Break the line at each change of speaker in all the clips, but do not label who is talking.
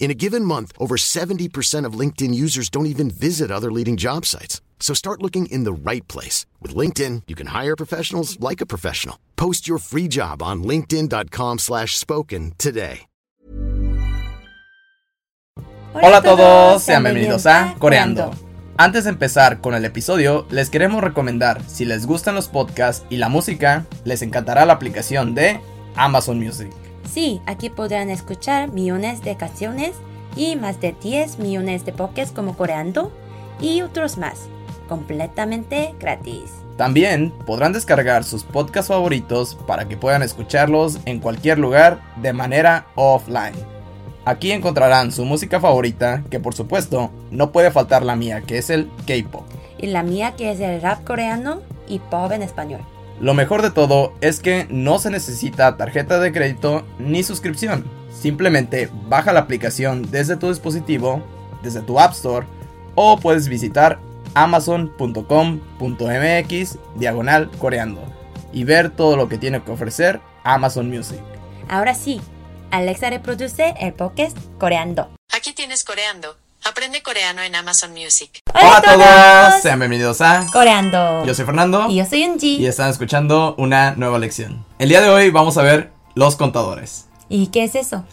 In a given month, over 70% of LinkedIn users don't even visit other leading job sites. So start looking in the right place. With LinkedIn, you can hire professionals like a professional. Post your free job on linkedin.com/spoken slash spoken today.
Hola, a todos, sean bienvenidos a Coreando. Antes de empezar con el episodio, les queremos recomendar, si les gustan los podcasts y la música, les encantará la aplicación de Amazon Music.
Sí, aquí podrán escuchar millones de canciones y más de 10 millones de podcasts como Coreando y otros más, completamente gratis.
También podrán descargar sus podcasts favoritos para que puedan escucharlos en cualquier lugar de manera offline. Aquí encontrarán su música favorita, que por supuesto no puede faltar la mía, que es el K-Pop.
Y la mía que es el rap coreano y pop en español.
Lo mejor de todo es que no se necesita tarjeta de crédito ni suscripción. Simplemente baja la aplicación desde tu dispositivo, desde tu App Store o puedes visitar amazon.com.mx diagonal coreando y ver todo lo que tiene que ofrecer Amazon Music.
Ahora sí, Alexa reproduce el podcast Coreando.
Aquí tienes coreando. Aprende coreano en Amazon Music.
Hola a todos, sean bienvenidos a
Coreando.
Yo soy Fernando
Y yo soy Unji.
y están escuchando una nueva lección. El día de hoy vamos a ver los contadores.
¿Y qué es eso?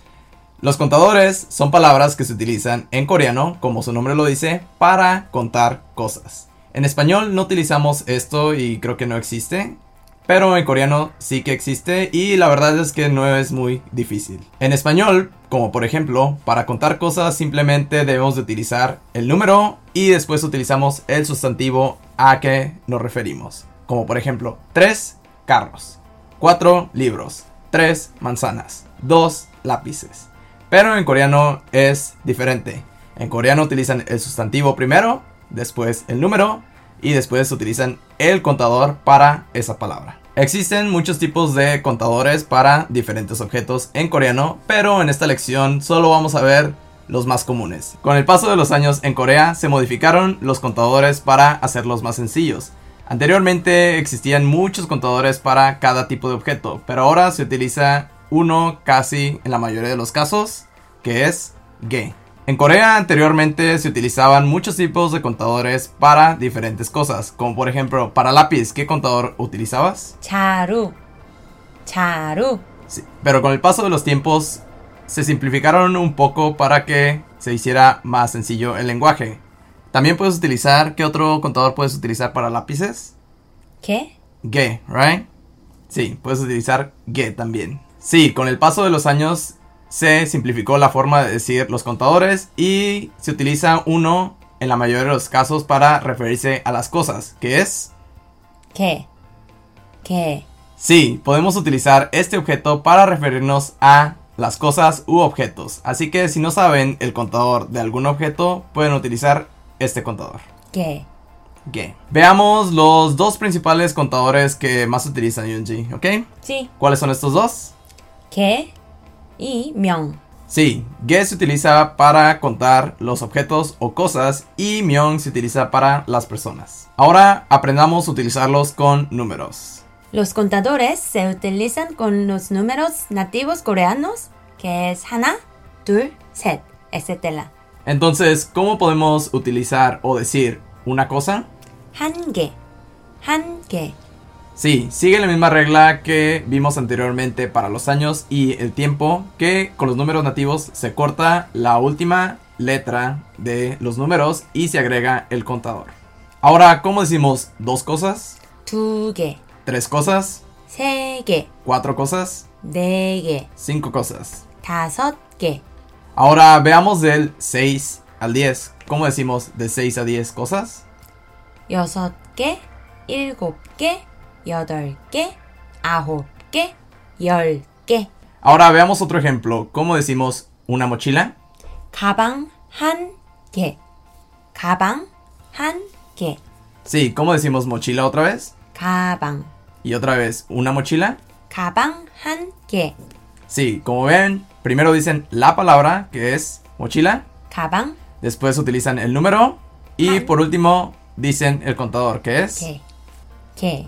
Los contadores son palabras que se utilizan en coreano, como su nombre lo dice, para contar cosas. En español no utilizamos esto y creo que no existe, pero en coreano sí que existe y la verdad es que no es muy difícil. En español, como por ejemplo, para contar cosas simplemente debemos de utilizar el número y después utilizamos el sustantivo a que nos referimos. Como por ejemplo, tres carros, cuatro libros, tres manzanas, dos lápices. Pero en coreano es diferente. En coreano utilizan el sustantivo primero, después el número y después utilizan el contador para esa palabra. Existen muchos tipos de contadores para diferentes objetos en coreano, pero en esta lección solo vamos a ver los más comunes. Con el paso de los años en Corea se modificaron los contadores para hacerlos más sencillos. Anteriormente existían muchos contadores para cada tipo de objeto, pero ahora se utiliza uno casi en la mayoría de los casos, que es ge. En Corea anteriormente se utilizaban muchos tipos de contadores para diferentes cosas, como por ejemplo para lápiz, ¿qué contador utilizabas?
Charu. Charu.
Sí, pero con el paso de los tiempos se simplificaron un poco para que se hiciera más sencillo el lenguaje. También puedes utilizar, ¿qué otro contador puedes utilizar para lápices?
¿Qué?
Ge, right? Sí, puedes utilizar ge también. Sí, con el paso de los años se simplificó la forma de decir los contadores y se utiliza uno en la mayoría de los casos para referirse a las cosas, que es
¿Qué? ¿Qué?
Sí, podemos utilizar este objeto para referirnos a las cosas u objetos. Así que si no saben el contador de algún objeto, pueden utilizar este contador.
¿Qué?
Ok. Veamos los dos principales contadores que más utilizan Yunji, ¿ok?
Sí.
¿Cuáles son estos dos?
¿Qué? Y Myung.
Sí, ge se utiliza para contar los objetos o cosas y myong se utiliza para las personas. Ahora aprendamos a utilizarlos con números.
Los contadores se utilizan con los números nativos coreanos, que es hana, 둘, set, etc.
Entonces, ¿cómo podemos utilizar o decir una cosa?
한 개, 한 개,
Sí, sigue la misma regla que vimos anteriormente para los años y el tiempo, que con los números nativos se corta la última letra de los números y se agrega el contador. Ahora, ¿cómo decimos dos cosas?
두 개,
¿Tres cosas?
세 개,
¿Cuatro cosas?
네 개,
¿Cinco cosas?
다섯 개,
Ahora veamos del 6 al 10. ¿Cómo decimos de 6 a 10 cosas?
여섯 개, 일곱 개, 여덟 개, 아홉 개, 열 개,
Ahora veamos otro ejemplo. ¿Cómo decimos una mochila?
가방 한 개. 가방 한 개.
Sí, ¿cómo decimos mochila otra vez?
가방.
Y otra vez, ¿una mochila?
가방 한 개.
Sí, como ven, primero dicen la palabra, que es mochila,
가방
después utilizan el número y
Ay.
por último dicen el contador, que es.
개. 개.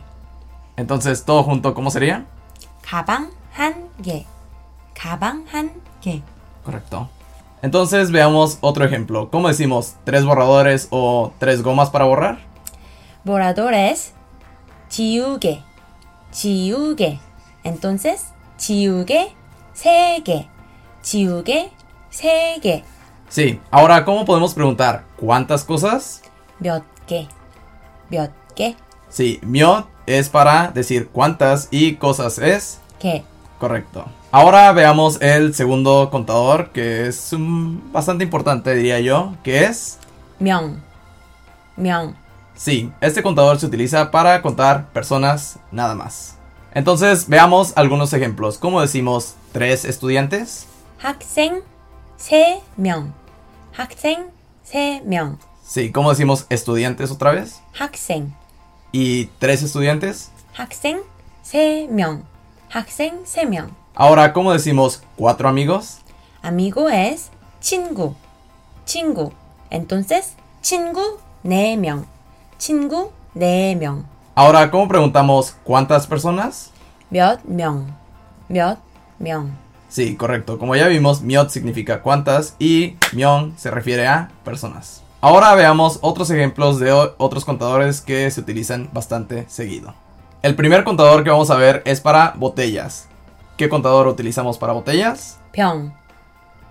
Entonces, todo junto, ¿cómo sería?
가방 한 개. 가방 한 개.
Correcto. Entonces, veamos otro ejemplo. ¿Cómo decimos tres borradores o tres gomas para borrar?
borradores 지우개 지우개 entonces 지우개 세개 지우개 세개
Sí, ahora, ¿cómo podemos preguntar cuántas cosas?
몇개몇 개 개
Sí, miot es para decir cuántas y cosas es. Correcto. Ahora veamos el segundo contador, que es mm, bastante importante, diría yo, que es...
명, 명,
Sí, este contador se utiliza para contar personas nada más. Entonces veamos algunos ejemplos. ¿Cómo decimos tres estudiantes?
학생 세 명 학생 세 명
Sí, ¿cómo decimos estudiantes otra vez?
학생
¿Y tres estudiantes?
학생 세 명 학생 세 명
Ahora, ¿cómo decimos cuatro amigos?
amigo es 친구, 친구. Entonces, 친구 네 명, 친구 네 명,
Ahora, ¿cómo preguntamos cuántas personas?
몇 명, 몇 명.
Sí, correcto. Como ya vimos, miot significa cuántas y mion se refiere a personas. Ahora veamos otros ejemplos de o- otros contadores que se utilizan bastante seguido. El primer contador que vamos a ver es para botellas. ¿Qué contador utilizamos para botellas?
병,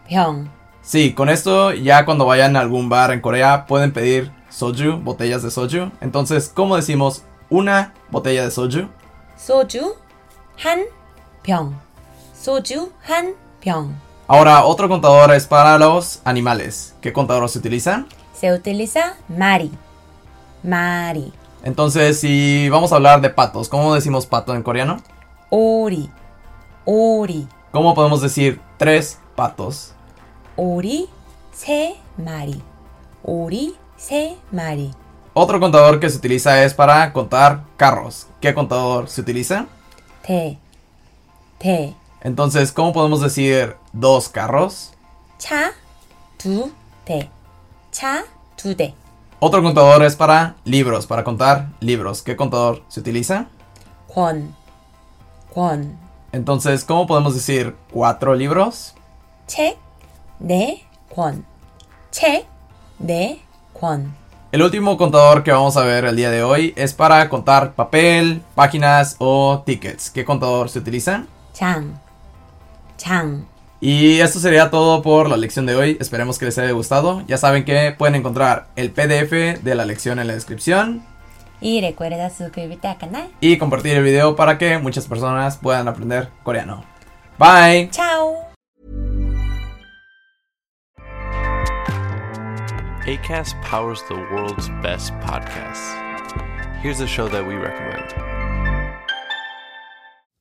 병,
Sí, con esto ya cuando vayan a algún bar en Corea pueden pedir soju, botellas de soju. Entonces, ¿cómo decimos una botella de soju?
소주 한 병, 소주 한 병.
Ahora, otro contador es para los animales. ¿Qué contador se utilizan?
Se utiliza mari, mari,
Entonces, si vamos a hablar de patos, ¿cómo decimos pato en coreano?
오리, 오리,
¿Cómo podemos decir tres patos?
오리 세 마리, 오리 세 마리.
Otro contador que se utiliza es para contar carros. ¿Qué contador se utiliza?
대, 대,
Entonces, ¿cómo podemos decir dos carros?
차, 두 대, 차, 두 대,
Otro contador es para libros, para contar libros. ¿Qué contador se utiliza?
권, 권,
Entonces, ¿cómo podemos decir cuatro libros?
책, 네 권, 책, 네 권,
El último contador que vamos a ver el día de hoy es para contar papel, páginas o tickets. ¿Qué contador se utiliza?
장, 장.
Y esto sería todo por la lección de hoy. Esperemos que les haya gustado. Ya saben que pueden encontrar el PDF de la lección en la descripción
Y recuerda suscribirte al canal.
y compartir el video para que muchas personas puedan aprender coreano. Bye.
Chao.
ACAST powers the world's best podcasts. Here's a show that we recommend.